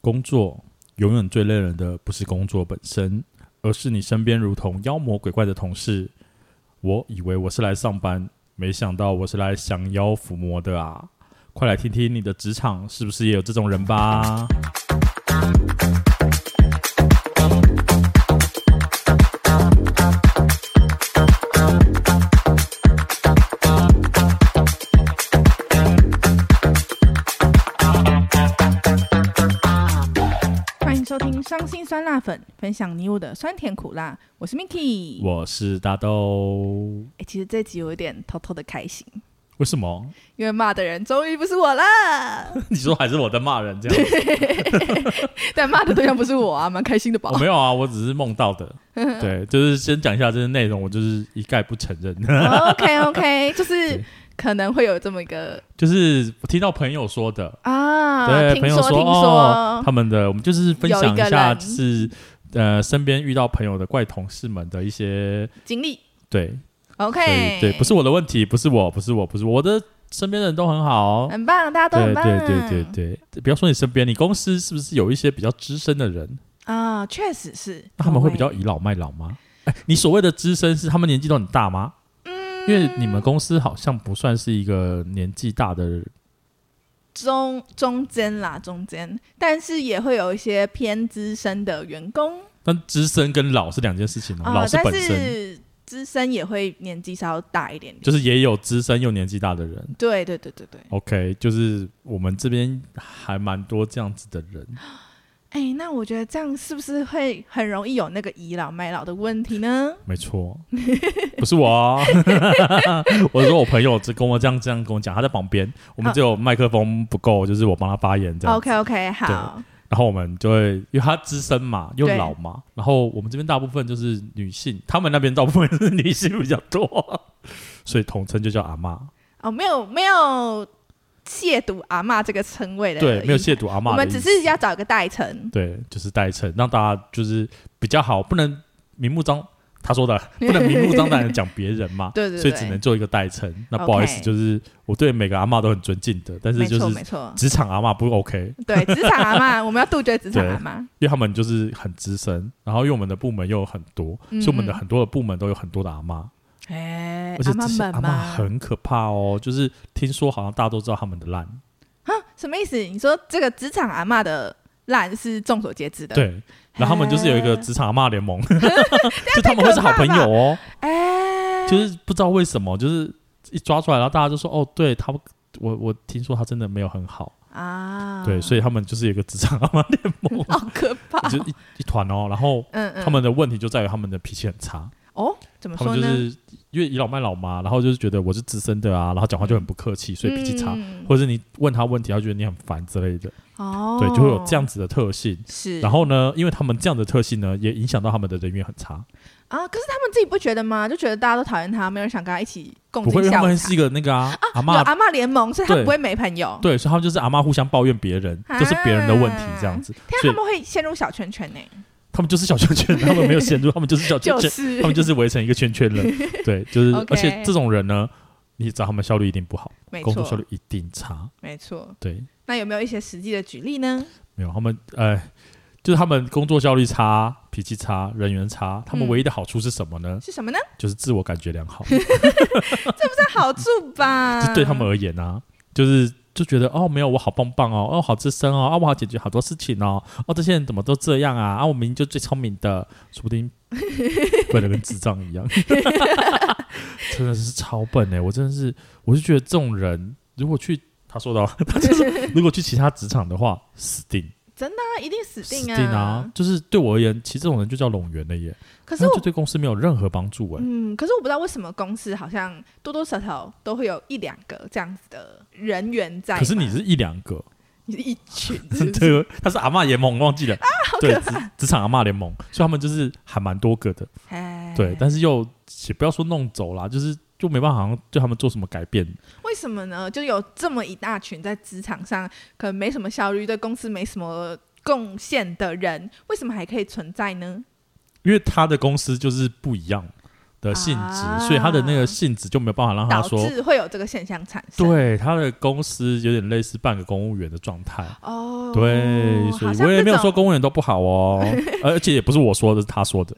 工作永远最累人的不是工作本身，而是你身边如同妖魔鬼怪的同事。我以为我是来上班，没想到我是来降妖伏魔的啊！快来听听你的职场是不是也有这种人吧？欢迎收听《伤心酸辣粉》，分享你我的酸甜苦辣。我是 Miki。哎、我是大豆，其实这集有一点偷偷的开心，为什么？因为骂的人终于不是我了， 你说还是我在骂人这样？但骂的对象不是我啊，蛮开心的吧 我？没有啊，我只是梦到 的。对，就是先讲一下这些内容，我就是一概不承认。 OK OK，就是对可能会有这么一个就是我听到朋友说的，啊，对，听朋友说听哦，说，他们的我们就是分享一下，有一个人就是呃身边遇到朋友的怪同事们的一些经历对 OK，对对，不是我的问题，不是我，不是我，不是我我的身边的人都很好。很棒，大家都对很棒，对对对对，不要说你身边，你公司是不是有一些比较资深的人？啊，确实是，那他们会比较倚老卖老吗？哎，你所谓的资深是他们年纪都很大吗？嗯因为你们公司好像不算是一个年纪大的中中间啦，中间，但是也会有一些偏资深的员工。但资深跟老是两件事情哦，啊，老是但本身是资深也会年纪稍大一点点。就是也有资深又年纪大的人。对对对对对。 OK，就是我们这边还蛮多这样子的人，哎，那我觉得这样是不是会很容易有那个倚老卖老的问题呢？没 错，不是我、啊， 我是说我朋友只跟我这样这样跟我讲，他在旁边，我们只有麦克风不够，就是我帮他发言这样子 OK OK，好，然后我们就会，因为他资深嘛，又对老嘛，然后我们这边大部分就是女性，他们那边大部分是女性比较多，所以统称就叫阿妈，哦，没有没有亵渎阿嬷这个称谓的，对，没有亵，渎阿我妈的们意只思。是要找一个代称。对，就是代称，让大家就是比较好，不能明目张他说 ，的，不能明目张胆的讲别人嘛对对对所以只能做一个代称。那不好意思 OK 就是我对每个阿嬷都很尊敬的，但是没就错是没错，职场阿嬷不 OK，因对，职场 阿嬷，我们要杜绝职场阿嬷。为他们就是很资深，然后因为我们的部门又有很多，嗯所以我们的很多的部门都有很多的阿嬷，哎，而且这嬷些阿们嬷吗？很可怕哦，就是听说好像大家都知道他们的烂，什么意思？你说这个职场阿嬷的烂是众所皆知的，对。然后他们就是有一个哎职场阿嬷联 盟， 就他们会是好朋友哦。哎，就是不知道为什么，就是一抓出来，然后大家就说：“哦，对他，我我听说他真的没有很好。啊，，对，所以他们就是有一个职场阿妈联盟 好可怕。就一一团哦。然后嗯嗯，他们的问题就在于他们的脾气很差，哦，怎么他说们就呢？是因为倚老卖老嘛，然后就是觉得我是资深的啊，然后讲话就很不客气，所以脾气差。嗯或者是你问他问题，他觉得你很烦之类的，哦，对，就会有这样子的特性。是。然后呢，因为他们这样的特性呢，也影响到他们的人缘很差。啊，可是他们自己不觉得吗？就觉得大家都讨厌他，没有人想跟他一起共不会，因为进下他午们茶。是一个那个啊，阿妈有阿嬷联盟，所以他对不会没朋友。对，所以他们就是阿妈互相抱怨别人，啊这是别人的问题这样子，天啊，所他以们会陷入小圈圈呢、他们就是小圈圈，他们没有陷入，他们就是小圈就圈，是他们就是围成一个圈 圈了。对，就是 OK 而且这种人呢，你找他们效率一定不好，没工作效错，率一定差。没错。对，那有没有一些实际的举例呢？没有他们，呃，就是他们工作效率差，脾气差，人缘差。他们嗯唯一的好处是什么呢？是什么呢？就是自我感觉良好，这好处 吧？这对他们而言啊，就是。就觉得哦，没有我好棒棒哦，哦好资深哦，啊我好解决好多事情哦，哦这些人怎么都这样啊？啊我明明就最聪明的，说不 定笨的跟智障一样， 真的是超笨哎、我真的是，我就觉得这种人如果去他说的哦， 他 就是如果去其他职场的话，死定那一定死死定啊！啊！就是对我而言，其实这种人就叫拢员了耶，可是他我就对公司没有任何帮助哎、嗯，可是我不知道为什么公司好像多多少少都会有一两个这样子的人员在嘛。可是你是一两个，你是一 群是不是，对，他是阿嬷联盟，忘记了。啊好对可，职职场阿嬷联盟，所以他们就是还蛮多个的，怕。对，但是又也不要说弄走啦，就是就没办法好像对他们做什么改变，为什么呢？就有这么一大群在职场上可能没什么效率，对公司没什么贡献的人，为什么还可以存在呢？因为他的公司就是不一样，的性质，啊所以他的那个性质就没有办法让他导说，致会有这个现象产生。对他的公司有点类似半个公务员的状态。哦，对，所好以像我也这没有说种公务员都不好 哦，而且也不是我说的，是他说的，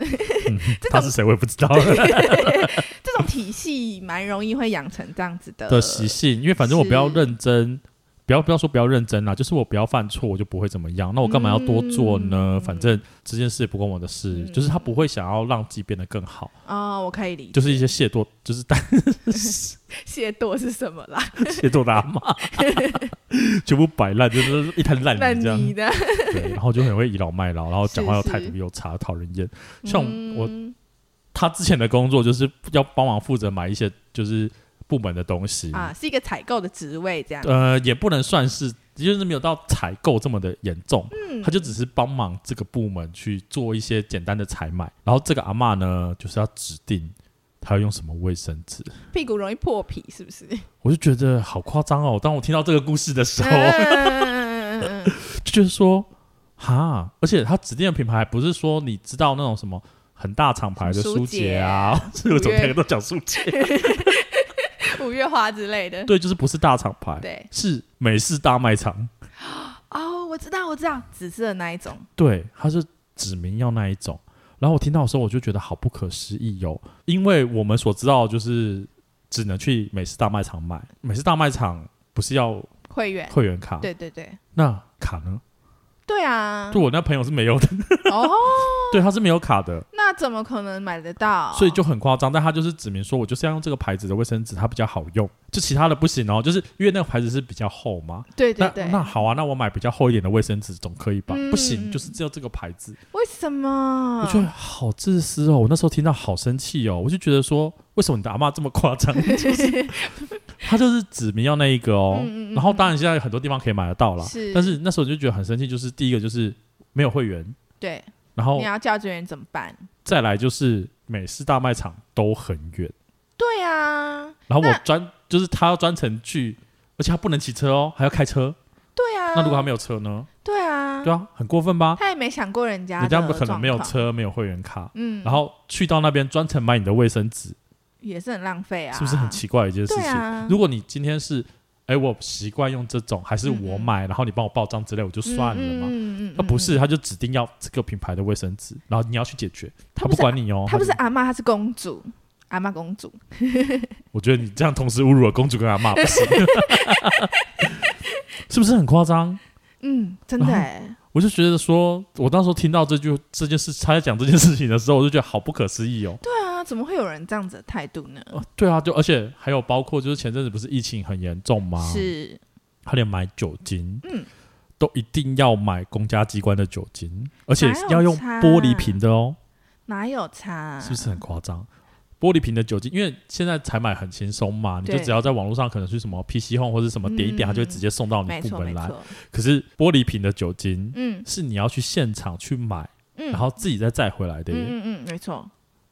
嗯他是谁我也不知道这种体系蛮容易会养成这样子的的习性，因为反正我不要是认真，不要不要说不要认真啦，就是我不要犯错，我就不会怎么样，那我干嘛要多做呢？嗯反正这件事也不关我的事，嗯就是他不会想要让自己变得更好，哦，我可以理解。就是一些懈惰，就是大械惰是什么啦？械惰的阿妈， 全部摆烂，就是一滩烂那嗯泥这样。你的对，然后就很会倚老卖老，然后讲话又是是态度又差，讨人厌。像我嗯他之前的工作就是要帮忙负责买一些就是部门的东西，啊，是一个采购的职位这样。呃，也不能算是，就是没有到采购这么的严重，嗯他就只是帮忙这个部门去做一些简单的采买，然后这个阿嬷呢，就是要指定她要用什么卫生纸。屁股容易破皮，是不 是？我就觉得好夸张哦！当我听到这个故事的时候，嗯嗯嗯嗯嗯就觉得说，哈，而且他指定的品牌还不是说你知道那种什么很大厂牌的什么舒舒洁洁啊， 是我怎么五月每个都讲舒洁？ 嗯五月花之类的。对，就是不是大厂牌，对，是美式大卖场。哦，我知道，我知道，紫色的那一种，对，他是指明要那一种。然后我听到的时候，我就觉得好不可思议哦，因为我们所知道的就是只能去美式大卖场买，美式大卖场不是要会员。会员卡，对对对，那卡呢？对啊就。我那朋友是没有的，哦，对，他是没有卡的。那怎么可能买得到？所以就很夸张。但他就是指明说，我就是要用这个牌子的卫生纸，它比较好用，就其他的不行哦，就是因为那个牌子是比较厚嘛。对对那对，那好啊，那我买比较厚一点的卫生纸总可以吧？嗯不行，就是只有这个牌子。为什么？我觉得好自私哦！我那时候听到好生气哦，我就觉得说，为什么你的阿嬷这么夸张？ 就是他就是指明要那一个哦。嗯嗯嗯嗯然后当然现在很多地方可以买得到啦，是但是那时候我就觉得很生气，就是第一个就是没有会员，对，然后你要叫职员怎么办？再来就是美式大卖场都很远。对啊，然后我那专就是他要专程去，而且他不能骑车哦，还要开车。对啊。那如果他没有车呢？对啊，对啊，很过分吧？他也没想过人家人家的可能没有状况，车，没有会员卡，嗯，然后去到那边专程买你的卫生纸，也是很浪费啊，是不是很奇怪的一件事对情？啊，如果你今天是，哎，我习惯用这种，还是嗯嗯我买，然后你帮我报账之类，我就算了嘛。嗯嗯嗯嗯那不是，他就指定要这个品牌的卫生纸，然后你要去解决，他不不是啊管你哦。她不是就，阿妈，她是公主，阿妈公主。我觉得你这样同时侮辱了公主跟阿嬷，不 行，是不是很夸张？嗯，真的然后哎，我就觉得说，我那时候听到这句这件事，他在讲这件事情的时候，我就觉得好不可思议哦。对啊，怎么会有人这样子的态度呢？哦对啊，就而且还有包括就是前阵子不是疫情很严重吗？，是，他连买酒精，嗯，都一定要买公家机关的酒精，而且哪有要用差啊玻璃瓶的哦，哪有差？是不是很夸张？玻璃瓶的酒精，因为现在采买很轻松嘛，你就对只要在网络上可能去什么 PC Home 或者什么点一点，嗯它就会直接送到你没部错没门来。错，可是玻璃瓶的酒精嗯是你要去现场去买，嗯，然后自己再载回来的耶。嗯嗯嗯，没错。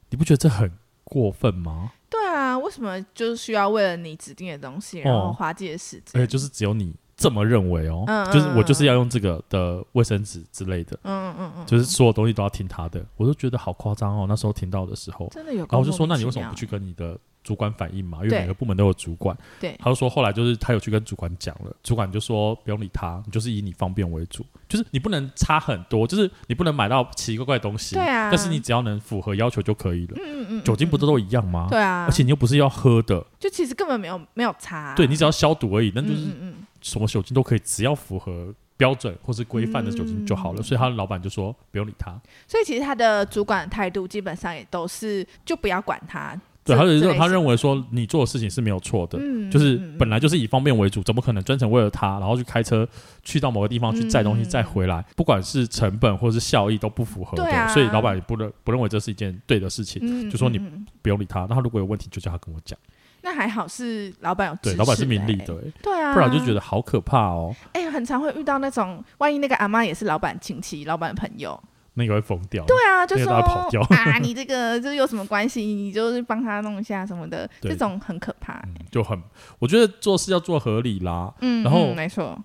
你不觉得这很过分吗？对啊，为什么就是需要为了你指定的东西，然后哦花自己的时而且间？就是只有你这么认为哦，嗯嗯就是我就是嗯要用这个的卫生纸之类的，嗯嗯嗯嗯，就是所有东西都要听他的，我都觉得好夸张哦。那时候听到的时候，真的有。然后我就说，那你为什啊么不？去跟你的主管反映嘛？因为对每个部门都有主管。对他就说后来就是他有去跟主管讲了，主管就说不用理他，你就是以你方便为主，就是你不能差很多，就是你不能买到奇奇怪怪的东西，对啊但是你只要能符合要求就可以了。嗯嗯嗯，酒精不都都一样吗？对啊，而且你又不是要喝的，就其实根本没有没有差。啊对你只要消毒而已，那嗯就是嗯嗯，什么酒精都可以，只要符合标准或是规范的酒精就好了。嗯所以他的老板就说不用理他，所以其实他的主管的态度基本上也都是就不要管他。对，这他就这认类他型认为说你做的事情是没有错的，嗯就是嗯嗯本来就是以方便为主，怎么可能专程为了他，然后去开车去到某个地方去载东西嗯再回来，不管是成本或是效益都不符合的，对啊所以老板也不认不认为这是一件对的事情，嗯就说你嗯嗯嗯不用理他。那他如果有问题就叫他跟我讲，那还好是老板有支对，持老板是明理欸的、，欸对啊，不然就觉得好可怕哦，哎、很常会遇到那种，万一那个阿妈也是老板亲戚、老板的朋友，那个会疯掉。对啊，就嗯那个说大家跑掉啊，你这个就是有什么关系，你就是帮他弄一下什么的，对这种很可怕欸、嗯就很，我觉得做事要做合理啦，嗯，然后嗯没错，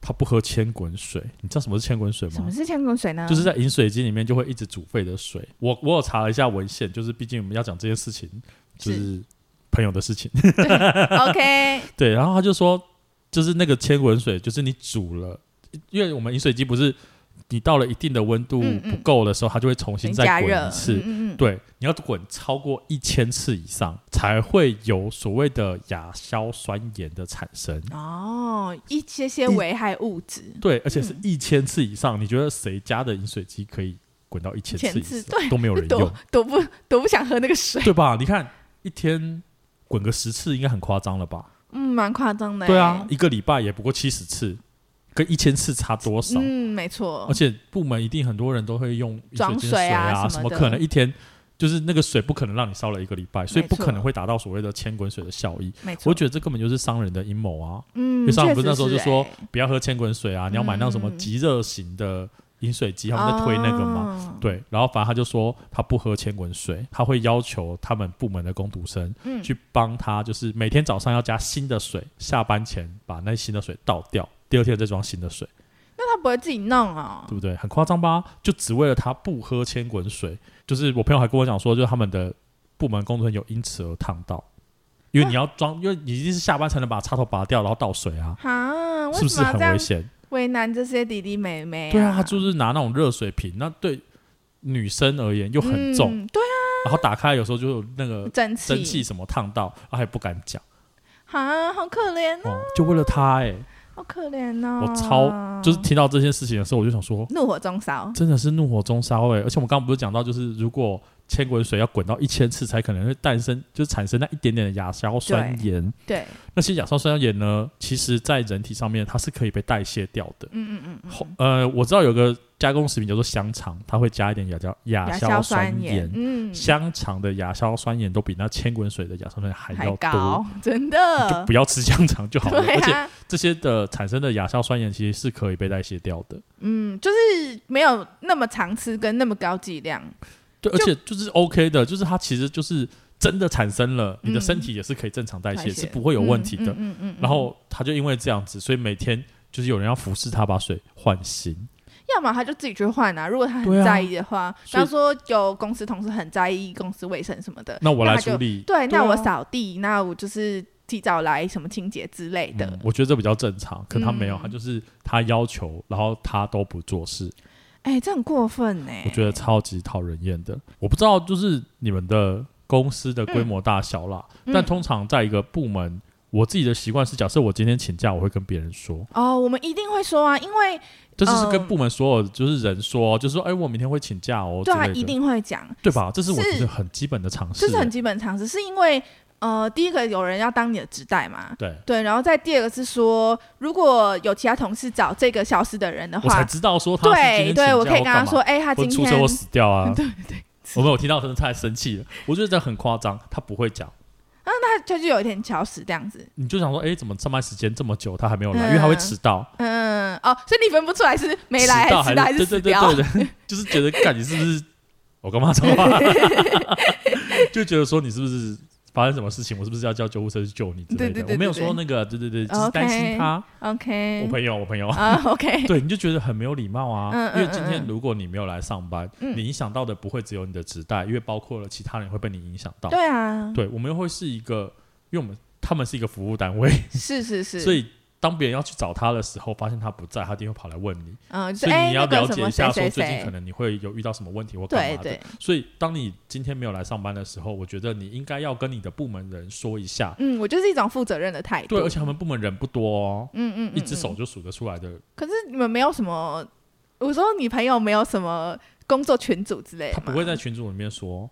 他不喝千滚水。你知道什么是千滚水什吗么？是千滚水呢？就是在饮水机里面就会一直煮沸的水。我我有查了一下文献，就是毕竟我们要讲这件事情，就是朋友的事情。 OK，对，然后他就说，就是那个千滚水，就是你煮了，因为我们饮水机不是你到了一定的温度嗯嗯不够的时候，它就会重新加再滚热一，次。嗯嗯嗯，对，你要滚超过一千次以上，才会有所谓的亚硝酸盐的产生。哦，一些些一危害物质，对，而且是嗯一千次以上。你觉得谁家的饮水机可以滚到一千次以1000次上？都没有人多用，多不多不想喝那个水， 对吧？你看一天滚个十次，应该很夸张了吧？ 嗯，蛮夸张的，欸对啊，，一个礼拜也不过七十次，跟一千次差多少？嗯，没错而，且部门一定很多人都会用饮装机的水水啊啊，什什么的可能一天就是那个水不可能让你烧了一个礼拜，所以没不错可能会达到所谓的千滚水的效益。没错，我觉得这根本就是商人的阴谋啊！因嗯，为商人确不实是那时候就是说欸不要喝千滚水啊，你要买那种什么嗯极热型的饮水机，他们在推那个嘛。哦对，然后反正他就说他不喝千滚水，他会要求他们部门的工读生嗯去帮他，就是每天早上要加新的水，下班前把那新的水倒掉，第二天再装新的水，那他不会自己弄哦对，不对？很夸张吧？就只为了他不喝千滚水，就是我朋友还跟我讲说，就是他们的部门工作人员有因此而烫到，因为你要装，因为你一定是下班才能把插头拔掉，然后倒水啊，哈，嗯为是不什是么要很这样危险？为难这些弟弟妹妹？对啊，他就是拿那种热水瓶，那对女生而言又很重，嗯对啊，然后打开有时候就有那个蒸汽，生气什么烫到，啊、还不敢讲啊，好可怜哦，哦，就为了他哎、好可怜哦，我超就是听到这件事情的时候，我就想说，怒火中烧，真的是怒火中烧哎、而且我们刚刚不是讲到，就是如果千滚水要滚到一千次才可能会诞生，就是产生那一点点的亚硝酸盐， 对，那些亚硝酸盐呢，其实在人体上面它是可以被代谢掉的。嗯嗯嗯后呃，我知道有个加工食品叫做香肠，它会加一点亚硝嗯，亚亚硝硝酸盐盐，。嗯，香肠的亚硝酸盐都比那千滚水的亚硝酸盐还还要多，高，就真的不，要吃香肠就好了。而 对且啊，这些的产生的亚硝酸盐其实是可以被代谢掉的。嗯，就是没有那么常吃跟那么高剂量，对，而且就是 OK 的，就是它其实就是真的产生了，你的嗯身体也是可以正常代谢，代谢是不会有问题的。嗯嗯嗯，嗯然后他就因为这样子，所以每天就是有人要服侍他把水换新。要么他就自己去换啊，如果他对很啊在意的话，比所以方说有公司同事很在意公司卫生什么的，那我来他就处理。对，对那啊我扫地，那我就是提早来什么清洁之类的。嗯，我觉得这比较正常，可他没有，嗯他就是他要求，然后他都不做事，哎、这很过分呢、欸我觉得超级讨人厌的。我不知道就是你们的公司的规模大小啦，嗯但通常在一个部门，我自己的习惯是，假设我今天请假，我会跟别人说，哦，我们一定会说啊，因为这就是嗯跟部门所有就是人说，就是说，哎、我明天会请假哦，对啊，之类的一定会讲，对吧？这是我是觉得很基本的常识、这是很基本常识，是因为呃，第一个有人要当你的职代嘛。对。对，然后再第二个是说，如果有其他同事找这个消失的人的我才话，知道说他是今天请对假对，我可以跟他或干嘛说，哎、他或今出天！车祸死掉啊 对对，我没有听到，真的太生气了。我觉得这很夸张，他不会讲，他他就有一点消失这样子，你就想说，哎、怎么上班时间这么久他还没有来？嗯因为他会迟到，嗯，哦，所以你分不出来是没来迟到还是迟到还是对死对掉，对对对， 就是觉得干你是不是我干嘛脏话， 就觉得说你是不是发生什么事情，我是不是要叫救护车去救你之类的？对对对我没有对对哦说那个，对对对，只是 OK 担心他。 OK，我朋友，我朋友， 啊，OK，对，你就觉得很没有礼貌啊。嗯嗯因为今天嗯嗯如果你没有来上班，嗯你影响到的不会只有你的职代，因为包括了其他人会被你影响到。对啊，对，我们又会是一个，因为我们他们是一个服务单位，是是是，所以当别人要去找他的时候，发现他不在，他一定会跑来问你。嗯，所就是以哎，你要那了个什解么一下，谁说谁最近可谁能你会有遇到什么问题或干对嘛的对。，所以当你今天没有来上班的时候，我觉得你应该要跟你的部门人说一下。嗯，我就是一种负责任的态度，对，而且他们部门人不多哦，嗯嗯，嗯一只。手嗯就数得出来的。可是你们没有什么，我说你朋友没有什么工作群组之类的他吗，不会在群组里面说。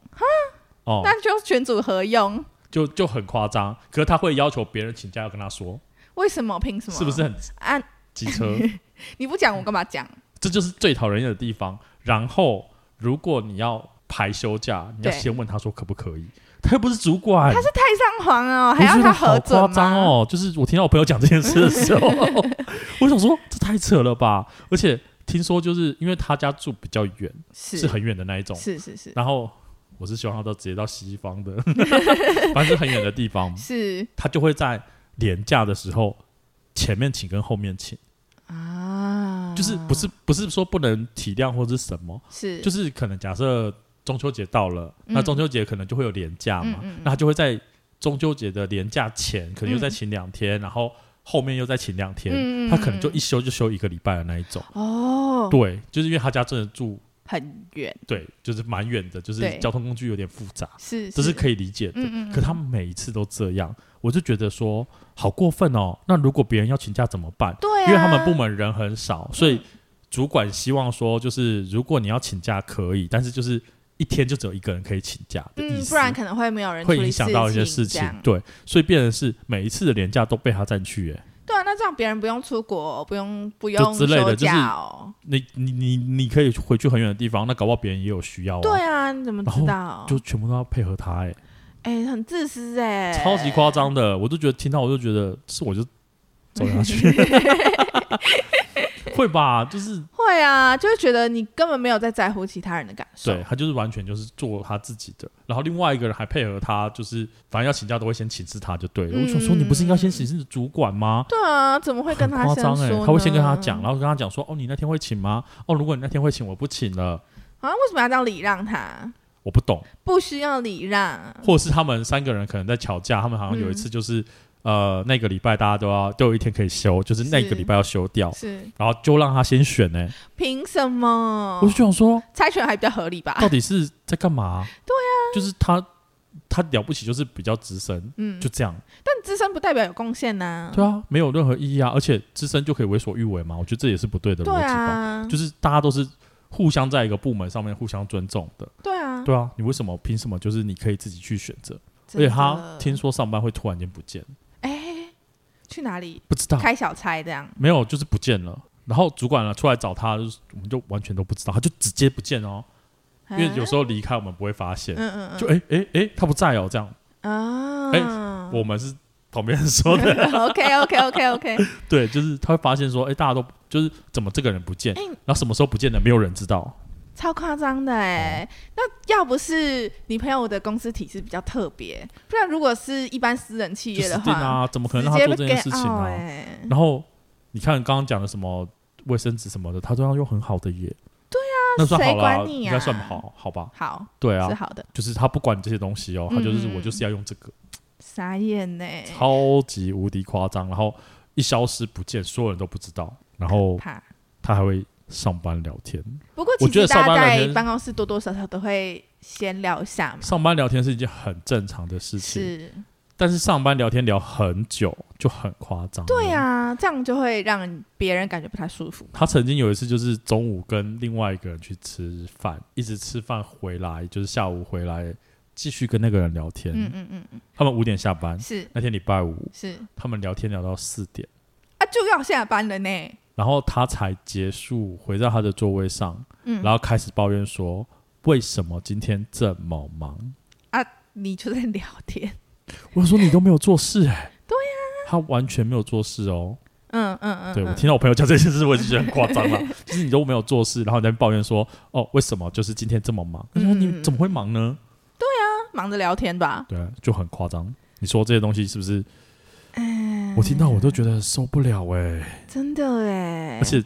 哦，那就群组何用？就就很夸张，可是他会要求别人请假要跟他说，为什么？凭什么？是不是？很啊，机车？ 你不讲我干嘛讲？这就是最讨人厌的地方。然后，如果你要排休假，你要对先问他说可不可以，他又不是主管，他是太上皇哦，我还觉要得他好核准夸吗张！哦！就是我听到我朋友讲这件事的时 候，我想说这太扯了吧！而且听说就是因为他家住比较远，是是很远的那一种，是是是然后。我是希望他到直接到西方 的，反正是很远的地方，是他就会在廉价的时候前面请跟后面请。啊，啊，就是不是不是说不能体谅或是什么，是就是可能假设中秋节到了，嗯那中秋节可能就会有连假嘛，嗯嗯嗯那他就会在中秋节的连假前，可能又再嗯请两天，然后后面又再请两天，嗯嗯他可能就嗯一休就休一个礼拜的那一种。哦，对，就是因为他家真的住，很远，对，就是蛮远的，就是对交通工具有点复杂，是这是可以理解的。嗯嗯嗯可他们每一次都这样，我就觉得说好过分哦。那如果别人要请假怎么办？对、啊，因为他们部门人很少，所以嗯主管希望说，就是如果你要请假可以，但是就是一天就只有一个人可以请假的意嗯，思，不然可能会没有人会处理影响到一些事事情情这样。对，所以变成是每一次的年假都被他占去、哎，对啊，那这样别人不用出国、不用不用之类的休假哦。你你你你可以回去很远的地方，那搞不好别人也有需要啊，对啊，你怎么知道？就全部都要配合他、哎、很自私哎、哎，超级夸张的，我就觉得听到我就觉得是我就走下 去，会吧？就是会啊，就会觉得你根本没有在在乎其他人的感受。对他就是完全就是做他自己的，然后另外一个人还配合他，就是反正要请假都会先请示他就对了。我想说，嗯你不是应该先请示你主管吗？对啊，怎么会跟他很夸先张说哎、呢？他会先跟他讲，然后跟他讲说，哦，你那天会请吗？哦，如果你那天会请，我不请了，啊，为什么要这样礼让他？我不懂。不需要礼让。或者是他们三个人可能在吵架，他们好像有一嗯次就是，呃，那个礼拜大家都要都有一天可以休，就是那个是礼拜要休掉，是，然后就让他先选呢、凭什么我？就哦想说，猜拳还比较合理吧？到底是在干嘛、对啊，就是他他了不起，就是比较资深，嗯，就这样。但资深不代表有贡献呐。对啊，没有任何意义啊，而且资深就可以为所欲为嘛，我觉得这也是不对的逻对辑吧。啊，就是大家都是互相在一个部门上面互相尊重的，对啊，对啊，你为什么凭什么就是你可以自己去选择？而真的且他哎听说上班会突然间不见，去哪里不知道开小差这样，没有就是不见了，然后主管呢出来找他，就是我们就完全都不知道，他就直接不见哦，因为有时候候离开我们不会发现，啊哎嗯嗯嗯，就哎哎哎他不在哦，这样啊，哎 我们是旁边人说的， OK OK OK OK，对，就是他会发现说，哎大家都就是怎么这个人不见哎，然后什么时候不见的没有人知道。超夸张的哎、哦那要不是你朋友的公司体制比较特别，不然如果是一般私人企就业死的定话，啊！怎么可直能让他接做被这件 get 事情啊？哎、然后你看刚刚讲的什么卫生纸什么的，他都要用很好的耶。对啊那算好谁啦，管你应啊该算好好吧？好、对是啊，好的，就是他不管你这些东西哦，他就是嗯嗯我就是要用这个，傻眼呢、超级无敌夸张。然后一消失不见，所有人都不知道。然后怕。他还会上班聊天，不过我其觉得实大上家班人在先办公室多多少少都会先聊一下嘛，上班聊天是一嗯件很正常的事情，是但是上班聊天聊很久就很夸张。对。啊，这样就会让别人感觉不太舒服。他曾经有一次就是中午跟另外一个人去吃饭，一直吃饭回来，就是下午回来继续跟那个人聊天。嗯嗯嗯，嗯他们五点下班，是那天礼拜五，是他们聊天聊到四点，啊，就要下班了呢。然后他才结束，回到他的座位上，嗯，然后开始抱怨说为什么今天这么忙？你就在聊天。我说你都没有做事哎、对呀、啊他完全没有做事哦。嗯嗯嗯，对我嗯听到我朋友讲这件事，我也是觉得很夸张了。 就是你都没有做事，然后你在那边抱怨说，哦，为什么就是今天这么 忙？他说嗯你怎么会忙呢？忙着聊天吧。对啊，就很夸张。你说这些东西是不是？嗯我听到我都觉得受不了哎、哎真的哎，而且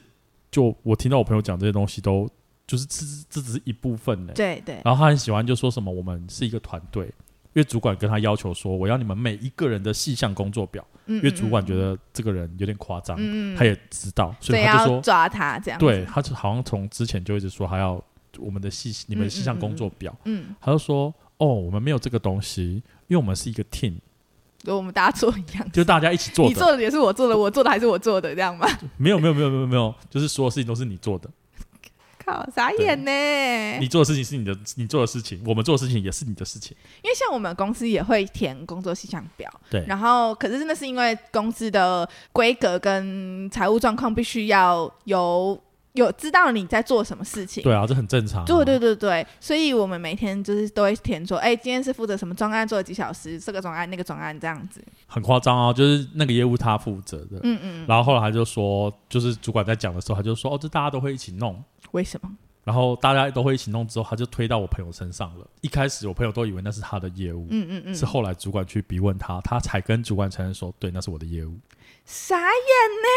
就我听到我朋友讲这些东西都，就是这这只是一部分呢、欸对对，然后他很喜欢就说什么我们是一个团队，因为主管跟他要求说我要你们每一个人的细项工作表，因因为主管觉得这个人有点夸张，嗯，啊嗯他也知道，所所以以他就要说，抓他这样。对，，他就好像从之前就一直说还要我们的细你们的细项嗯嗯嗯工作表，嗯，他就说哦我们没有这个东西，因为我们是一个 team， 跟我们大家做一样，就是大家一起做你的。做的也是我做的，我做的还是我做的，这 样吧。没有没有没有没有没有，就是所有事情都是你做的，靠，傻眼呢！哎你做的事情是你的，你做的事情，我们做的事情也是你的事情。因为像我们公司也会填工作事项表，对然后可是那是因为公司的规格跟财务状况必须要有有知道你在做什么事情。对啊，这很正常、啊。对对对对，所以我们每天就是都会填说，哎、今天是负责什么专案，做了几小时，这个专案那个专案这样子。很夸张啊，就是那个业务他负责的。嗯嗯，嗯然后后来他就说，就是主管在讲的时候，他就说哦，这大家都会一起弄。为什么？然后大家都会一起弄之后，他就推到我朋友身上了。一开始我朋友都以为那是他的业务，嗯嗯嗯，是后来主管去逼问他，他才跟主管承认说，对，那是我的业务。傻眼呢、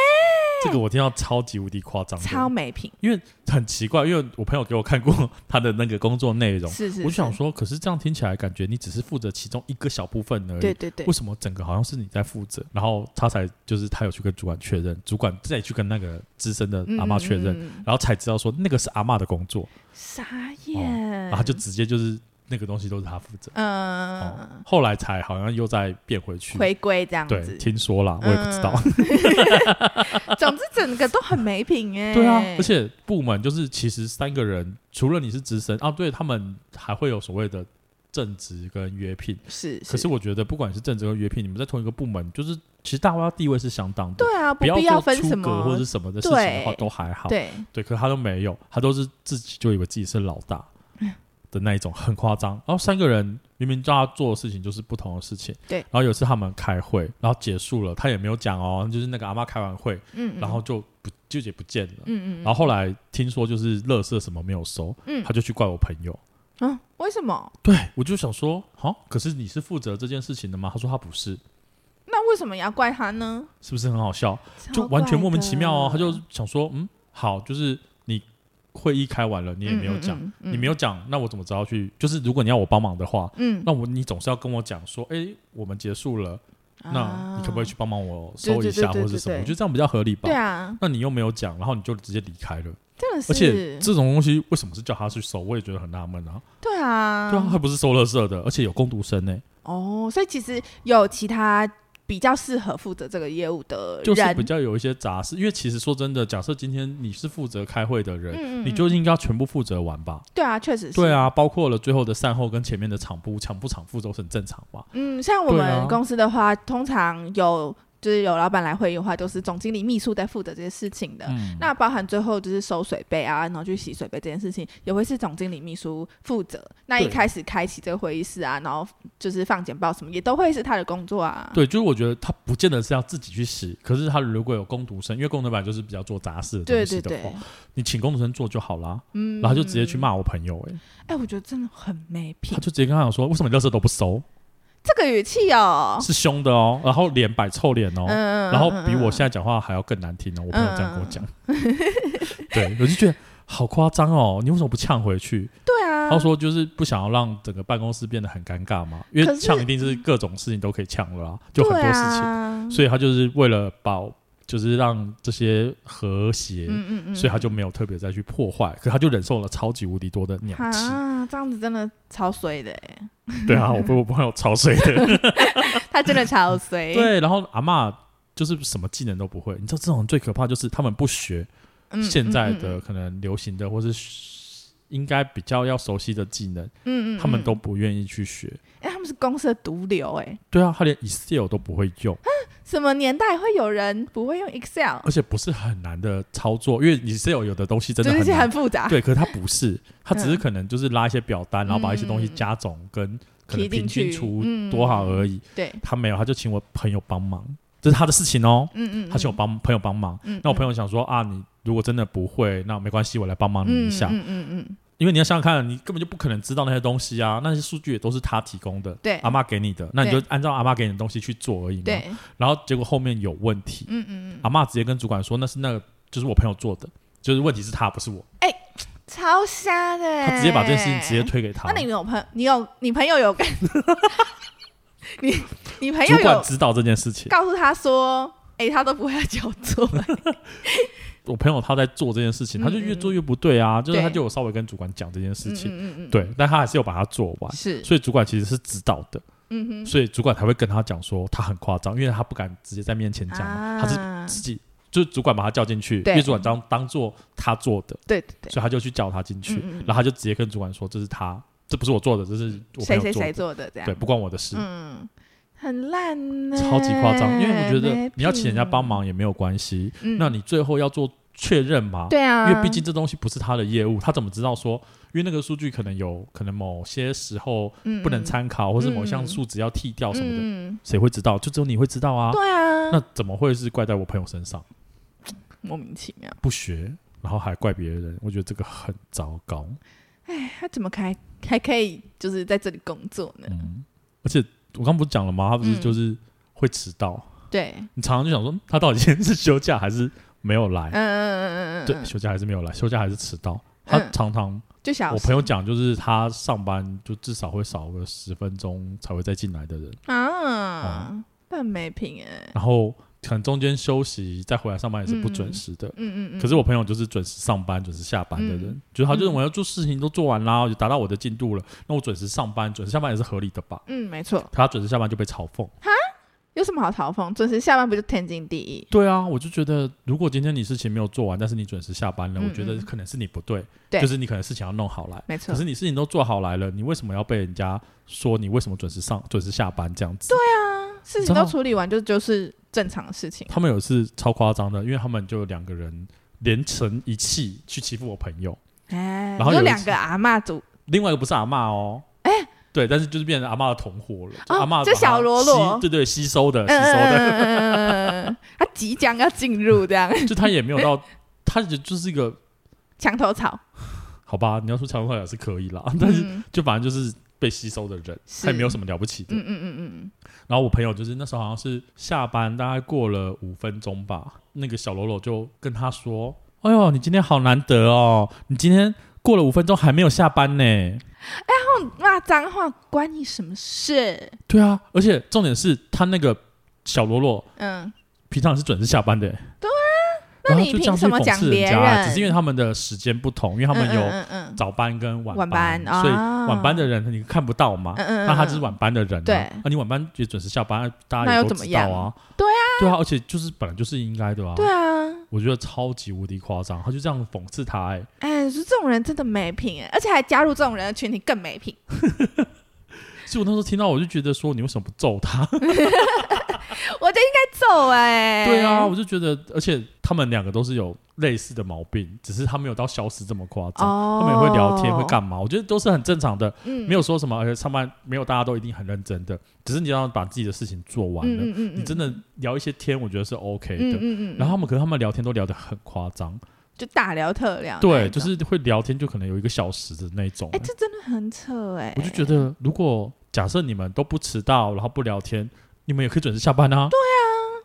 这个我听到超级无敌夸张的，哎超没品，因为很奇怪，因为我朋友给我看过他的那个工作内容，是是，我就想是，说，可是这样听起来感觉你只是负责其中一个小部分而已，对对对哎为，什么整个好像是你在负责？然后他才就是他有去跟主管确认，主管再去跟那个资深的阿妈确认，嗯，嗯嗯嗯然后才知道说那个是阿妈的工作，傻眼，然后他就直接就是那个东西都是他负责。哦嗯，后来才好像又再变回去，回归这样对，子，嗯听说啦，我也不知道。总之整个都很没品哎、对啊，而且部门就是其实三个人，除了你是资深啊，对他们还会有所谓的正职跟约聘。是可是我觉得不管是正职跟约聘，你们在同一个部门，就是其实大家地位是相当的，对啊，不不必要要做分出什格或么者，什么的事情的话对都还好。对，对，可是他都没有，他都是自己就以为自己是老大的那一种，很夸张。然后三个人明明知道他做的事情就是不同的事情，对然后有一次他们开会，然后结束了，他也没有讲哦，就是那个阿妈开完会，嗯，嗯然后就不就也不见了。嗯嗯，然后后来听说就是乐色什么没有收，嗯他就去怪我朋友。嗯、啊，为什么？对我就想说，好、可是你是负责这件事情的吗？他说他不是，那为什么要怪他呢？是不是很好笑？就超完全怪莫名其妙哦。的他就想说，嗯，好，就是你会议开完了，你也没有讲，，嗯嗯嗯你没有讲，那我怎么知道去？就是如果你要我帮忙的话，嗯，那我你总是要跟我讲说，哎、我们结束了，嗯那你可不可以去？啊帮忙我对收对一对下对或者是对什么？对我觉得这样比较合理吧。对啊，那你又没有讲，然后你就直接离开了，真的是，而且这种东西为什么是叫他去收？我也觉得很纳闷啊。对啊，对啊，他不是收垃圾的，而且有工读生呢、哦，所以其实有其他比较适合负责这个业务呃的人，就是比较有一些杂事。因为其实说真的，假设今天你是负责开会的人，嗯嗯你嗯就应该全部负责完吧？对啊，确实是，对，啊，包括了最后的善后跟前面的场部、场不场部都是很正常吧？嗯，像我对啊们公司的话，通常有就是有老板来会议的话，都是总经理、秘书在负责这些事情的。嗯，呃那包含最后就是收水杯啊，然后去洗水杯这件事情，也会是总经理、秘书负责。那一对开始开启这个会议室啊，然后就是放简报什么，也都会是他的工作啊。对，就是我觉得他不见得是要自己去洗，可是他如果有工读生，因为工读版就是比较做杂事的对东西对的话，对，你请工读生做就好啦。嗯，然后他就直接去。骂我朋友、欸，哎、我觉得真的很没他品，就直接跟他讲说，为什么你垃圾都不收？这个语气哦。是凶的哦，然后脸摆臭脸哦，嗯，然后比我现现在讲话还要更难听哦。我朋友这样跟我讲，嗯 对，我就觉得好夸张哦，你为什么不呛回去？对啊，他说就是不想要让整个办公室变得很尴尬嘛，因可为是呛一定是各种事情都可以呛了啊，就很多事情，情所以他就是为了保，就是让这些和谐。嗯嗯嗯，所以他就没有特别再去破坏，可他就忍受了超级无敌多的鸟气，啊，这样子真的超衰的欸，对啊，我被我朋友吵碎 的，他真的超衰。， 对，啊然后阿嬷就是什么技能都不会，你知道这种人最可怕就是他们不学，嗯现在，嗯的可能流行的或是应该比较要熟悉的技能，嗯嗯，嗯他们都，不愿意去学。哎，他们是公司的毒瘤，哎，对啊，他连 Excel 都不会用，嗯什么年代会有人不会用 Excel？而且不是很难的操作，因为 Excel 有的东呃西真的就是一很些很难。复杂，对，可是他不是，他只是嗯可能就是拉一些表单，然后把一些东西嗯加总跟可能提进平均去除嗯多少而已。对，他没有，他就请我朋友帮忙，这是他的事情哦。嗯嗯，他请我帮朋友帮忙，嗯，嗯，那我朋友想说啊，你如果真的不会，那没关系，我来帮忙你嗯一下。嗯嗯嗯，因为你要想想看，你根本就不可能知道那些东西啊，那些数据也都是他提供的，对阿妈给你的，那你就按照阿妈给你的东西去做而已嘛。对，然后结果后面有问题，嗯嗯嗯，阿妈直接跟主管说，那是那个就是我朋友做的，就是问题是他不是我，超瞎的欸，他直接把这件事情直接推给他那。你有朋，你有你朋友有跟， 你你朋主友管哎有知道这件事情，告诉他说，哎，他都不会来叫我做，我朋友他在做这件事嗯情，他就越做越不对啊，就是他就有稍微跟主管讲这件事情，嗯嗯嗯，嗯，对，但他还是有把它做完，是，所以主管其实是知道的，嗯哼。所以主管才会跟他讲说他很夸张，因为他不敢直接在面前讲嘛，他是啊自己就是主管把他叫进去，对因为主管当当做他做的，对对对，所以他就去叫他进去，嗯嗯嗯然后他就直接跟主管说这是他，这不是我做的，这是我朋谁友做谁的，谁做的这样，对，不关我的事，嗯，很烂呢、超级夸张。因为我觉得没你要请人家帮品，忙也没有关系，嗯那你最后要做确认嘛，对啊，因为毕竟这东西不是他的业务，他怎么知道说？因为那个数据可能有可能某些时候嗯不能参考，或是某项嗯数值要剔掉什么的，嗯，嗯谁会知道？就只有你会知道啊。对啊，那怎么会是怪在我朋友身上？莫名其妙，不学，然后还怪别人，我觉得这个很糟糕。哎，他怎么还还可以就是在这里工作呢？嗯，而且我刚不是讲嗯了吗？他不是就是会迟到，嗯对，你常常就想说他到底今天是休假还是没有来嗯，嗯嗯嗯嗯，哎对，休假还是没有来，休假还是迟到。他嗯常常就小我朋友讲，就是他上班就至少会少个十分钟才会再进来的人，哦啊，但没品哎，然后可能中间休息再回来上班也是不准嗯时的。嗯嗯嗯，可是我朋友就是准时上班、准时下班的人，嗯就是他就是嗯我要做事情都做完啦，我就达到我的进度了，那我准时上班、准时下班也是合理的吧？嗯没错，可他准时下班就被嘲讽。有什么好嘲讽？准时下班不就天经地义？对啊，我就觉得如果今天你事情没有做完，但是你准时下班了，嗯我觉得可能是你不对，对就是你可能事情要弄好来。没可错是，你事情都做好来了，你为什么要被人家说你为什么准时上、准时下班这样子？对啊，事你知情道都处理完就就是正常的事情。他们有一次超夸张的，因为他们就有两个人连成一气去欺负我朋友，哎，然后你有说一两次个阿嬷组另外一个不是阿嬷哦，对，但是就是变成阿嬷的同伙了，就哎哦阿嬷就把它小喽啰吸对对，吸收的，嗯吸嗯收嗯的，嗯嗯嗯嗯，他即将要进入这样 就他也没有到，他就就是一个墙头草，好吧，你要说强化也是可以啦，但是嗯就反正就是被吸收的人，是他也没有什么了不起的。嗯嗯嗯嗯然后我朋友就是那时候好像是下班，大概过了五分钟吧，那个小喽啰就跟他说：“哎呦，你今天好难得哦，你今天过了五分钟还没有下班呢。嗯，骂脏话关你什么事？”对啊，而且重点是他那个小喽啰嗯，平常是准时下班的。对啊那然后你就这样凭去什么讽讲刺别人家，人？只是因为他们的时间不同，因为他们有嗯嗯嗯早班跟晚晚班所以啊晚班的人你看不到嘛，嗯嗯嗯那他就是晚班的人、啊，对啊，你晚班也准时下班，大家那也又都怎么知道样啊，对啊，对啊，而且就是本来就是应该的啊，嗯，对啊，我觉得超级无敌夸张，他就这样讽刺他、欸，哎，说这种人真的没品哎，而且还加入这种人的群体更没品。所以我那时候听到我就觉得说你为什么不揍他？我就应该揍哎、 对啊，，我就觉得，而且他们两个都是有类似的毛病，只是他没有到消失这么夸张。哦，他们也会聊天，会干嘛？我觉得都是很正常的，嗯，没有说什么，而且上班没有大家都一定很认真的，只是你要把自己的事情做完了。嗯嗯嗯，你真的的聊一些天，我觉得是 OK 嗯的。嗯嗯，然后他们可是他们聊天都聊得很夸张，就大聊特聊那一种，对，就是会聊天就可能有一个小时的那种、哎、这真的很扯哎、我就觉得，如果假设你们都不迟到，然后不聊天，你们也可以准时下班啊。对啊。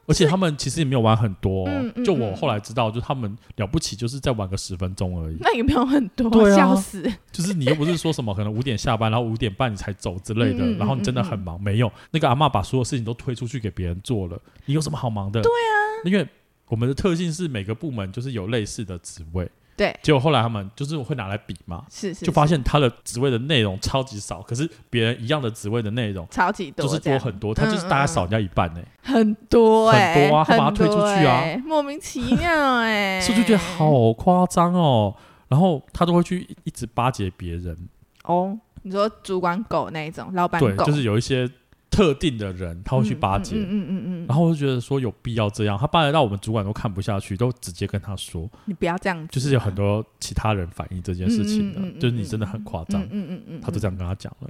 而且他们其实也没有玩很多哦、嗯嗯就嗯，我后来知道，就他们了不起就是再晚个十分钟而已那也没有很多，对啊笑死，就是你又不是说什么可能五点下班，然后五点半你才走之类的，嗯嗯嗯然后你真的很忙，没有那个阿嬷把所有事情都推出去给别人做了，你有什么好忙的？对啊，因为我们的特性是每个部门就是有类似的职位，对，结果后来他们就是会拿来比嘛，是是就发是现他的职位的内容超级少，可是别人一样的职位的内容超级多就是这多样，嗯很多，他就是大概少人家一半呢、欸很多很哎、多啊他把它推出去啊哎莫名其妙 哎、所以就觉得好夸张哦。然后他都会去一直巴结别人，哦。你说主管狗那一种，老板对，狗，就是有一些特定的人他会去嗯巴结，嗯嗯嗯嗯然后我就觉得说有必要这样，他巴结到我们主管都看不下去，都直接跟他说，嗯，你不要这样子啊，就是有很多其他人反映这件事情的，嗯嗯嗯嗯就是你真的很夸张，嗯嗯嗯嗯，他就这样跟他讲了。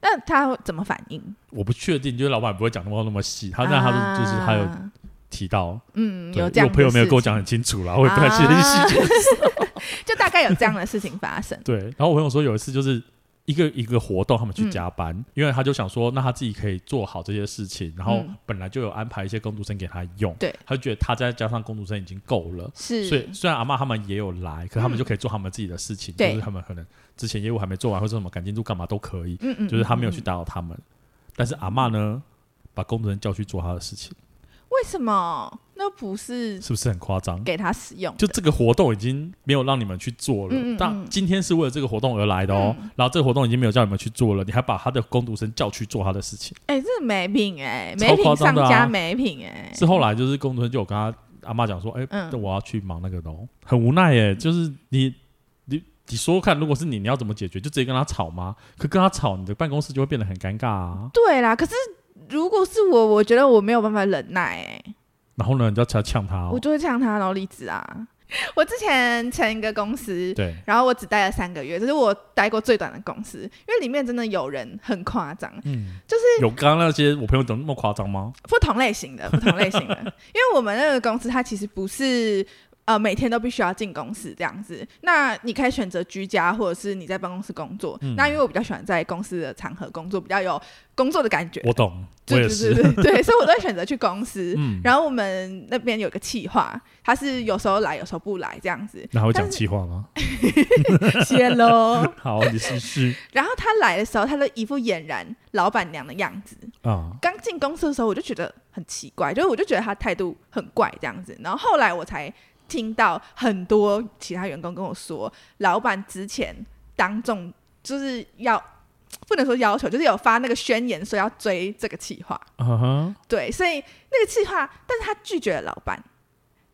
那他会怎么反应？我不确定，就是老板不会讲那么那么细，他但他就、就是他有啊提到，嗯对有这因为样，我朋友没有跟我讲，很清楚啦，我也不太确定细 节。。啊就大概有这样的事情发生对，然后我朋友说有一次就是一个一个活动，他们嗯去加班，因为他就想说，那他自己可以做好这些事情，然后嗯本来就有安排一些工读生给他用，对，他就觉得他再加上工读生已经够了。是，所以虽然阿嬷他们也有来，可他们嗯就可以做他们自己的事情，就对是他们可能之前业务还没做完，或者什么赶进度干嘛都可以，嗯嗯，就是他没有去嗯。嗯打扰他们。但是阿嬷呢，把工读生叫去做他的事情，为什么？那不是是不是很夸张？给他使用的？就这个活动已经没有让你们去做了，嗯嗯嗯嗯但今天是为了这个活动而来的哦。然后这个活动已经没有叫你们去做了，你还把他的工读生叫去做他的事情，哎、这没品哎、超没夸张品上的啊加没品哎、是后来就是工读生就有跟他阿妈讲说，哎、嗯那我要去忙那个的哦，很无奈耶，就是你你你说说看，如果是你，你要怎么解决？就直接跟他吵吗？可跟他吵，你的办公室就会变得很尴尬啊。对啦，可是如果是我，我觉得我没有办法忍耐哎、然后呢，你就要起来呛他、我哦，就会呛他然后离职啊。 我之前前一个公司，对，然后我只待了三个月，这是我待过最短的公司，因为里面真的有人很夸张，嗯，就是有刚刚那些我朋友怎么 那么夸张吗？ 不同类型的，不同类型的，因为我们那个公司它其实不是呃每天都必须要进公司这样子。那你可以选择居家，或者是你在办公室工作。嗯那因为我比较喜欢在公司的场合工作，比较有工作的感觉。我懂，我对也对对是，对对，所以我都会选择去 公司。嗯，。然后我们那边有个企划，他是有时候来，有时候不来这样子 那还会讲但是气话吗？谢喽。好，你试 试然后他来的时候，他就一副俨然老板娘的样子。啊，刚进公司的时候，我就觉得很奇怪，就是我就觉得他态度很怪这样子。然后后来我才听到很多其他员工跟我说，老板之前当众就是要不能说要求，就是有发那个宣言说要追这个企划，啊哈。对，所以那个企划，但是他拒绝了老板，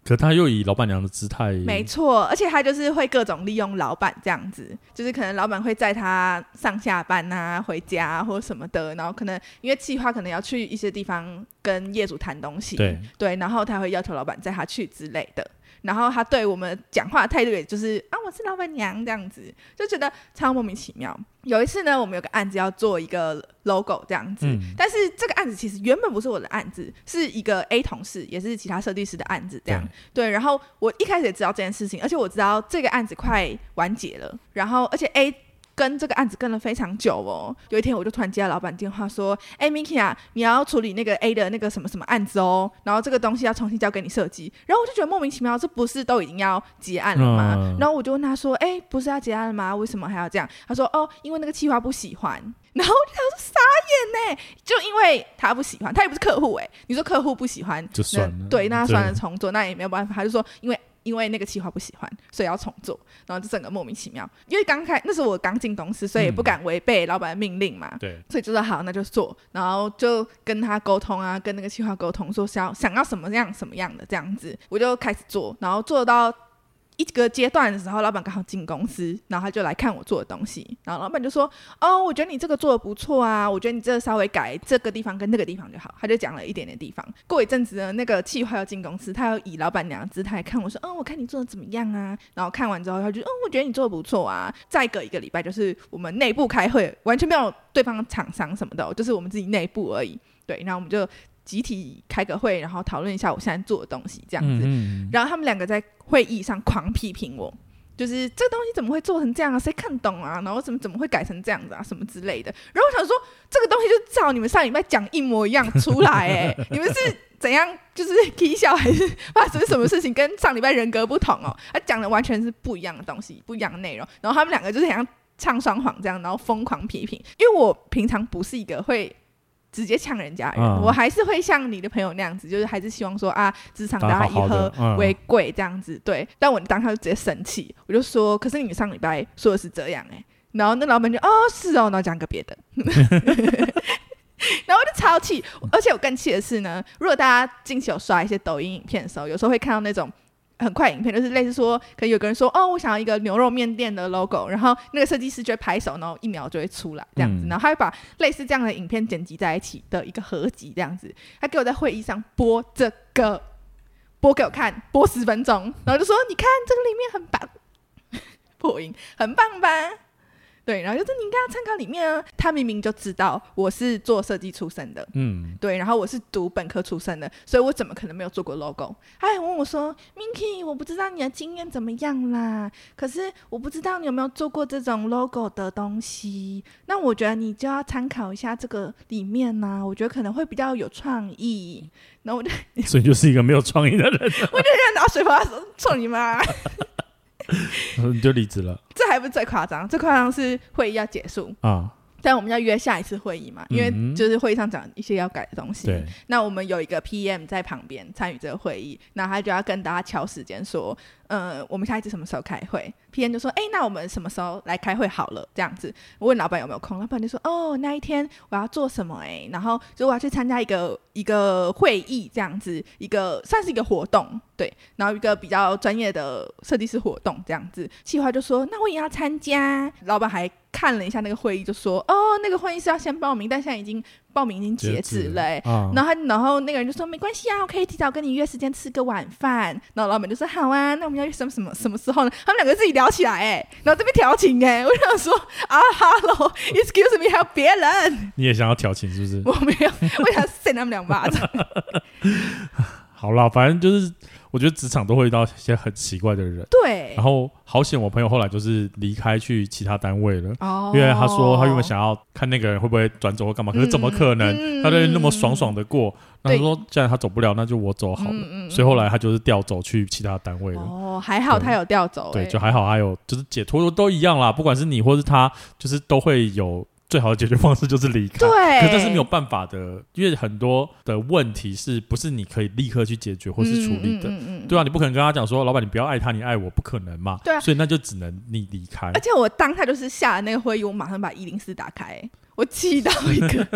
可他又以老板娘的姿态，没错，而且他就是会各种利用老板这样子，就是可能老板会载他上下班啊、回家、啊、或什么的，然后可能因为企划可能要去一些地方跟业主谈东西，对，然后他会要求老板载他去之类的。然后他对我们讲话的态度也就是啊，我是老板娘这样子，就觉得超莫名其妙。有一次呢，我们有个案子要做一个 logo 这样子，嗯但是这个案子其实原本不是我的案子，是一个 A 同事，也是其他设计师的案子这样。对，然后我一开始也知道这件事情，而且我知道这个案子快完结了，然后而且 A 跟这个案子跟了非常久哦。有一天我就突然接到老板电话说：“哎、m i k i 啊，你要处理那个 A 的那个什么什么案子哦，然后这个东西要重新交给你设计。”然后我就觉得莫名其妙，这不是都已经要结案了吗？嗯然后我就问他说：“哎、不是要结案了吗？为什么还要这样？”他说：“哦，因为那个企划不喜欢。” 然后我就想说傻眼呢，就因为他不喜欢，他也不是客户哎、你说客户不喜欢就算那了对，那对算了重做，那也没有办法。他就说，因为因为那个企划不喜欢，所以要重做，然后就整个莫名其妙。因为刚开那时候我刚进公司，所以也不嗯敢违背老板的命令嘛，对，所以就说好，那就做，然后就跟他沟通啊，跟那个企划沟通，说想想要什么样什么样的这样子，我就开始做，然后做到。一个阶段的时候，老板刚好进公司，然后他就来看我做的东西，然后老板就说：“哦，我觉得你这个做的不错啊，我觉得你这个稍微改这个地方跟那个地方就好。”他就讲了一点点地方。过一阵子呢，那个企划要进公司，他要以老板娘的姿态看我说：“嗯，我看你做的怎么样啊？”然后看完之后，他就：“嗯，我觉得你做的不错啊。”再隔一个礼拜，就是我们内部开会，完全没有对方厂商什么的哦，就是我们自己内部而已。对，然后我们就集体开个会，然后讨论一下我现在做的东西这样子。嗯嗯然后他们两个在会议上狂批评我，就是这东西怎么会做成这样啊？谁看懂啊？然后怎么怎么会改成这样子啊？什么之类的。然后我想说，这个东西就照你们上礼拜讲一模一样出来、欸， 哎，你们是怎样就是 k 笑还是发生什么事情跟上礼拜人格不同哦？他讲的完全是不一样的东西，不一样的内容。然后他们两个就是很像唱双簧这样，然后疯狂批评。因为我平常不是一个会。直接呛人家的人，嗯我还是会像你的朋友那样子，就是还是希望说啊，职场大家大家以好好和的嗯为贵这样子。对，但我当下就直接生气，我就说：“可是你们上礼拜说的是这样哎、然后那老板就：“哦，是哦。”然后讲个别的， 然后我就超气。 而且我更气的是呢，如果大家近期有刷一些抖音影片的时候，有时候会看到那种。很快影片就是类似说，可能有个人说哦，我想要一个牛肉面店的 logo，然后那个设计师就会拍手，然后一秒就会出来这样子，嗯然后他会把类似这样的影片剪辑在一起的一个合集这样子，他给我在会议上播这个，播给我看，播十分钟，然后就说你看这个里面很棒， 破音很棒吧？对，然后就是你应该要参考里面啊，他明明就知道我是做设计出身的，嗯，对，然后我是读本科出身的，所以我怎么可能没有做过 logo？他还问我说：“Minky，我不知道你的经验怎么样啦，可是我不知道你有没有做过这种 logo 的东西。那我觉得你就要参考一下这个里面呐、我觉得可能会比较有创意。”然后我就 所以就是一个没有创意的人， 拿水泡手冲你妈！你就离职了 这还不是最夸张，最夸张是会议要结束， 啊？但我们要约下一次会议嘛，因为嗯就是会议上讲一些要改的东西。对，那我们有一个 PM 在旁边参与这个会议，那他就要跟大家敲时间说，呃，我们下一次什么时候开会？PM 就说，哎、那我们什么时候来开会好了？这样子，我问老板有没有空，老板就说，哦，那一天我要做什么、哎，然后所以我要去参加一个一个会议，这样子，一个算是一个活动，对，然后一个比较专业的设计师活动这样子。企划就说，那我也要参加。老板还看了一下那个会议，就说，哦，那个会议是要先报名，但现在已经报名已经截止了、哎。啊，然后他，然后那个人就说没关系啊，我可以提早跟你约时间吃个晚饭。然后老板就说好啊，那我们要约什么什么什么时候呢？他们两个自己聊起来哎、然后这边调情哎、我想说啊，hello，excuse me，还有别人，你也想要调情是不是？ 我没有，我想扇他们两巴掌。好啦，反正就是我觉得职场都会遇到一些很奇怪的人。对然，后好险，我朋友后来就是离开去其他单位了。哦，因为他说他原本想要看那个人会不会转走或干嘛，可是怎么可能？嗯他就那么爽爽的过，那他对说既然他走不了，那就我走好了。嗯嗯所以后来他就是调走去其他单位了。哦，还好他有调走、欸，对，就还好，还有就是解脱都一样啦，不管是你或是他，就是都会有最好的解决方式就是离开。对可是这是没有办法的，因为很多的问题是不是你可以立刻去解决或是处理的？嗯嗯嗯嗯对啊，你不可能跟他讲说，老板你不要爱他，你爱我，不可能嘛。对啊哎所以那就只能你离开而。且我当下就是下了那个会议，我马上把一零四打开、我气到一 个，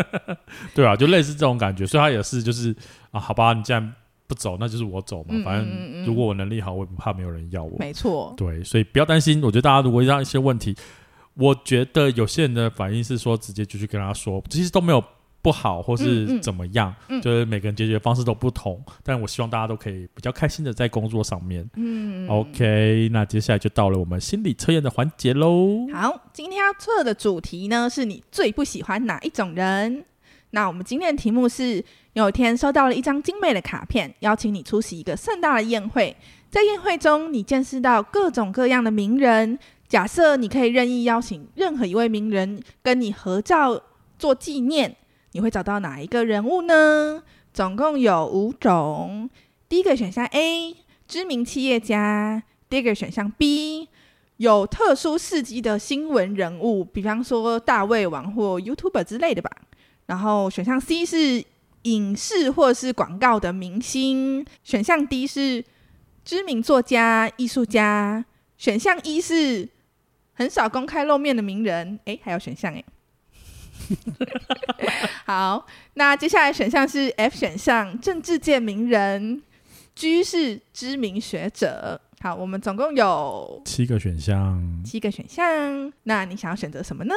对啊，就类似这种感觉，所以他也是就是啊，好吧，你既然不走，那就是我走嘛，嗯反嗯正嗯嗯如果我能力好，我也不怕没有人要我。没错，对，所以不要担心，我觉得大家如果遇到一些问题，我觉得有些人的反应是说直接就去跟他说，其实都没有。不好，或嗯是嗯怎么样，嗯就是每个人解决方式都不同，但我希望大家都可以比较开心的在工作上面。嗯 OK，那接下来就到了我们心理测验的环节喽。好，今天要测的主题呢，是你最不喜欢哪一种人？那我们今天的题目是：有一天收到了一张精美的卡片，邀请你出席一个盛大的宴会。在宴会中，你见识到各种各样的名人。假设你可以任意邀请任何一位名人跟你合照做纪念，你会找到哪一个人物呢？总共有五种。第一个选项 A，知名企业家；第二个选项 B，有特殊事迹的新闻人物，比方说大胃王或 YouTuber 之类的吧。然后选项 C 是影视或是广告的明星，选项 D 是知名作家、艺术家，选项 E 是很少公开露面的名人。诶，还有选项诶。 好，那接下来选项是 F 选项，政治界名人，G 是知名学者。好，我们总共有七个选项，七个选项，那你想要选择什么呢？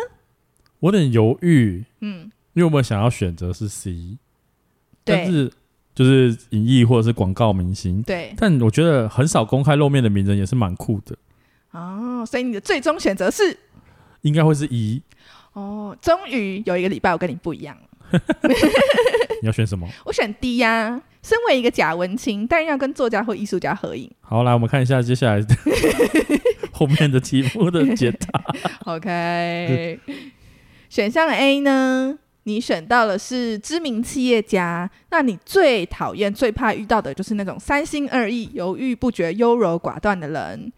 我有点犹豫，嗯，因为我们想要选择是 C，但对是就是影艺或者是广告明星，对但我觉得很少公开露面的名人也是蛮酷的，哦，所以你的最终选择是应该会是 E。哦，终于有一个礼拜我跟你不一样了，你要选什么？我选 D 呀、身为一个假文青，但要跟作家或艺术家合影。好，来我们看一下接下来 后面的题目的解答。 OK，选项 A 呢，你选到了是知名企业家，那你最讨厌、最怕遇到的就是那种三心二意、犹豫不决、优柔寡断的人。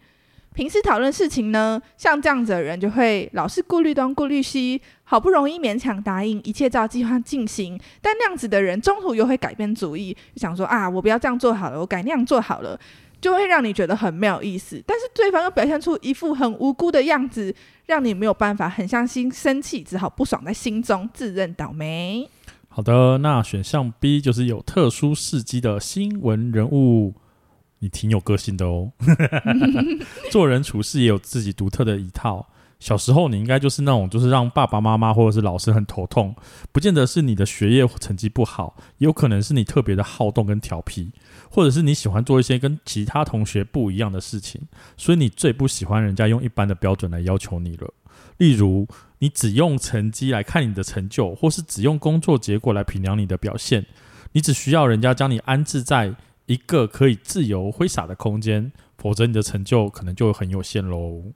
平时讨论事情呢，像这样子的人就会老是顾虑东顾虑西，好不容易勉强答应一切照计划进行，但那样子的人中途又会改变主意，就想说啊，我不要这样做好了，我改那样做好了，就会让你觉得很没有意思。但是对方又表现出一副很无辜的样子，让你没有办法狠下心生气，只好不爽在心中自认倒霉。好的，那选项 B 就是有特殊事迹的新闻人物，你挺有个性的哦， 做人处事也有自己独特的一套。小时候你应该就是那种，就是让爸爸妈妈或者是老师很头痛，不见得是你的学业成绩不好，也有可能是你特别的好动跟调皮，或者是你喜欢做一些跟其他同学不一样的事情，所以你最不喜欢人家用一般的标准来要求你了。例如，你只用成绩来看你的成就，或是只用工作结果来评量你的表现，你只需要人家将你安置在一个可以自由挥洒的空间，否则你的成就可能就很有限喽。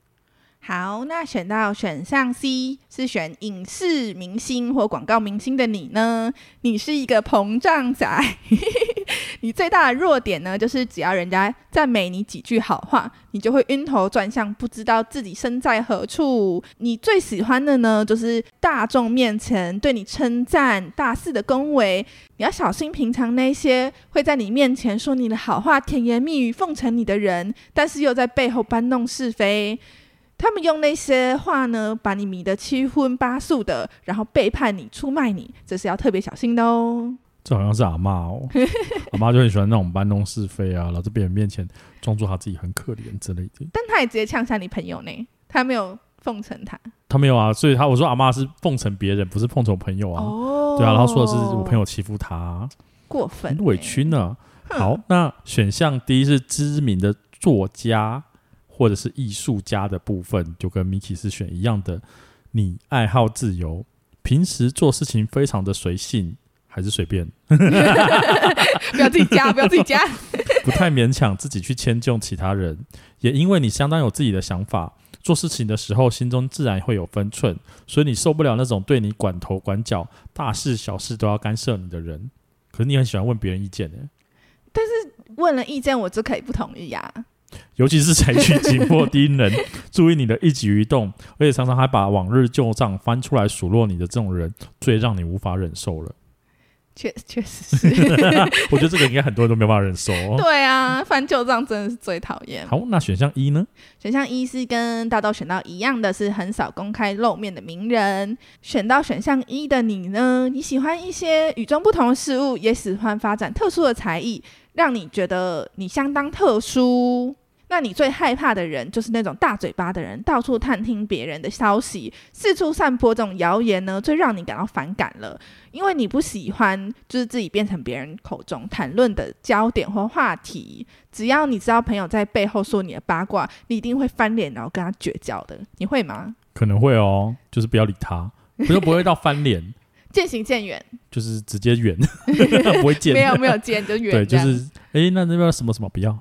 好，那选到选项 C 是选影视明星或广告明星的你呢？你是一个膨胀仔， 你最大的弱点呢，就是只要人家赞美你几句好话，你就会晕头转向，不知道自己身在何处。你最喜欢的呢，就是大众面前对你称赞、大肆的恭维。你要小心平常那些会在你面前说你的好话、甜言蜜语奉承你的人，但是又在背后搬弄是非。他们用那些话呢，把你迷得七荤八素的，然后背叛你、出卖你，这是要特别小心的哦。这好像是阿妈哦，阿妈就很喜欢那种搬弄是非啊，老在别人面前装作他自己很可怜之类的。但他也直接呛下你朋友呢，他没有奉承他他没有啊，所以他我说阿妈是奉承别人，不是奉承我朋友啊。哦对啊，他说的是我朋友欺负啊他、过分、欸很委屈。呢。好，那选项 D 是知名的作家或者是艺术家的部分，就跟 Miki 是选一样的。你爱好自由，平时做事情非常的随性，还是随便，不要自己加，不要自己 加。不太勉强自己去迁就其他人。也因为你相当有自己的想法，做事情的时候心中自然会有分寸，所以你受不了那种对你管头管脚、大事小事都要干涉你的人。可是你很喜欢问别人意见呢、欸问了意见，我就可以不同意啊呀、尤其是采取紧迫盯人， 注意你的一举一动，而且常常还把往日旧账翻出来数落你的这种人，最让你无法忍受了。 确确实是，我觉得这个应该很多人都没有办法忍受、哦。对啊，翻旧账真的是最讨厌。好，那选项一呢？选项一是跟大豆选到一样的是很少公开露面的名人。选到选项一的你呢，你喜欢一些与众不同的事物，也喜欢发展特殊的才艺，让你觉得你相当特殊。那你最害怕的人就是那种大嘴巴的人，到处探听别人的消息，四处散播这种谣言呢，最让你感到反感了，因为你不喜欢就是自己变成别人口中谈论的焦点或话题。只要你知道朋友在背后说你的八卦，你一定会翻脸然后跟他绝交的。你会吗？可能会哦，就是不要理他，不就不会到翻脸，渐行渐远，就是直接远， 不会见。没有没有见就远这 对，样。就是哎、诶那那边什么什么不 要。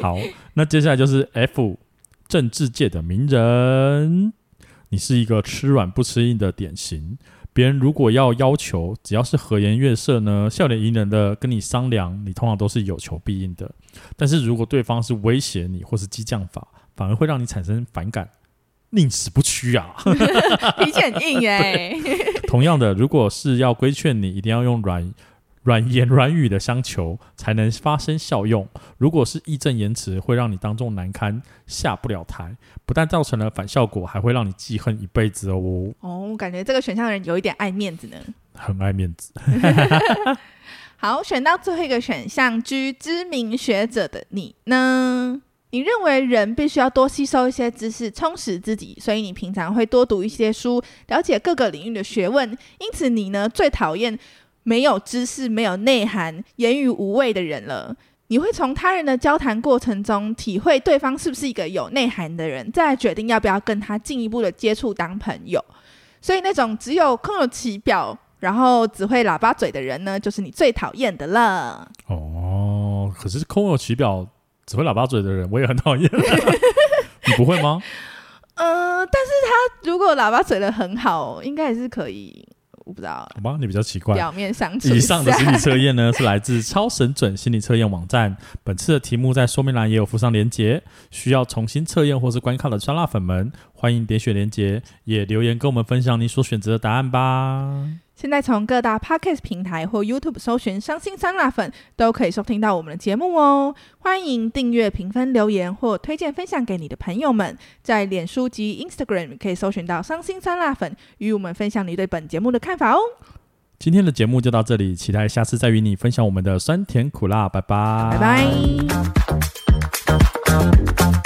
好，那接下来就是 F 政治界的名人，你是一个吃软不吃硬的典型。别人如果要要求，只要是和颜悦色呢、笑脸迎人的跟你商量，你通常都是有求必应的。但是如果对方是威胁你或是激将法，反而会让你产生反感，宁死不屈啊！ 脾气很硬哎、同样的，如果是要规劝你，一定要用软软言软语的相求，才能发生效用。如果是义正言辞，会让你当众难堪，下不了台，不但造成了反效果，还会让你记恨一辈子哦。哦，感觉这个选项的人有一点爱面子呢。很爱面子，好，选到最后一个选项居知名学者的你呢？你认为人必须要多吸收一些知识，充实自己，所以你平常会多读一些书，了解各个领域的学问。因此，你呢最讨厌没有知识、没有内涵、言语无味的人了。你会从他人的交谈过程中体会对方是不是一个有内涵的人，再来决定要不要跟他进一步的接触当朋友。所以那种只有空有其表，然后只会喇叭嘴的人呢，就是你最讨厌的了。哦，可是空有其表、只会喇叭嘴的人，我也很讨厌。啊 你不会吗？呃，但是他如果喇叭嘴的很好，应该也是可以，我不知道好吧，你比较奇怪。表面上以上的心理测验呢，是 来自超神准心理测验网站。本次的题目在说明栏也有附上连结，需要重新测验或是观看的酸辣粉们，欢迎点选连结，也留言跟我们分享你所选择的答案吧。现在从各大 podcast 平台或 YouTube 搜寻“伤心酸辣粉”，都可以收听到我们的节目哦。欢迎订阅、评分、留言或推荐分享给你的朋友们。在脸书及 Instagram 可以搜寻到“伤心酸辣粉”，与我们分享你对本节目的看法哦。今天的节目就到这里，期待下次再与你啊分享我们的酸甜苦辣，拜拜，拜拜。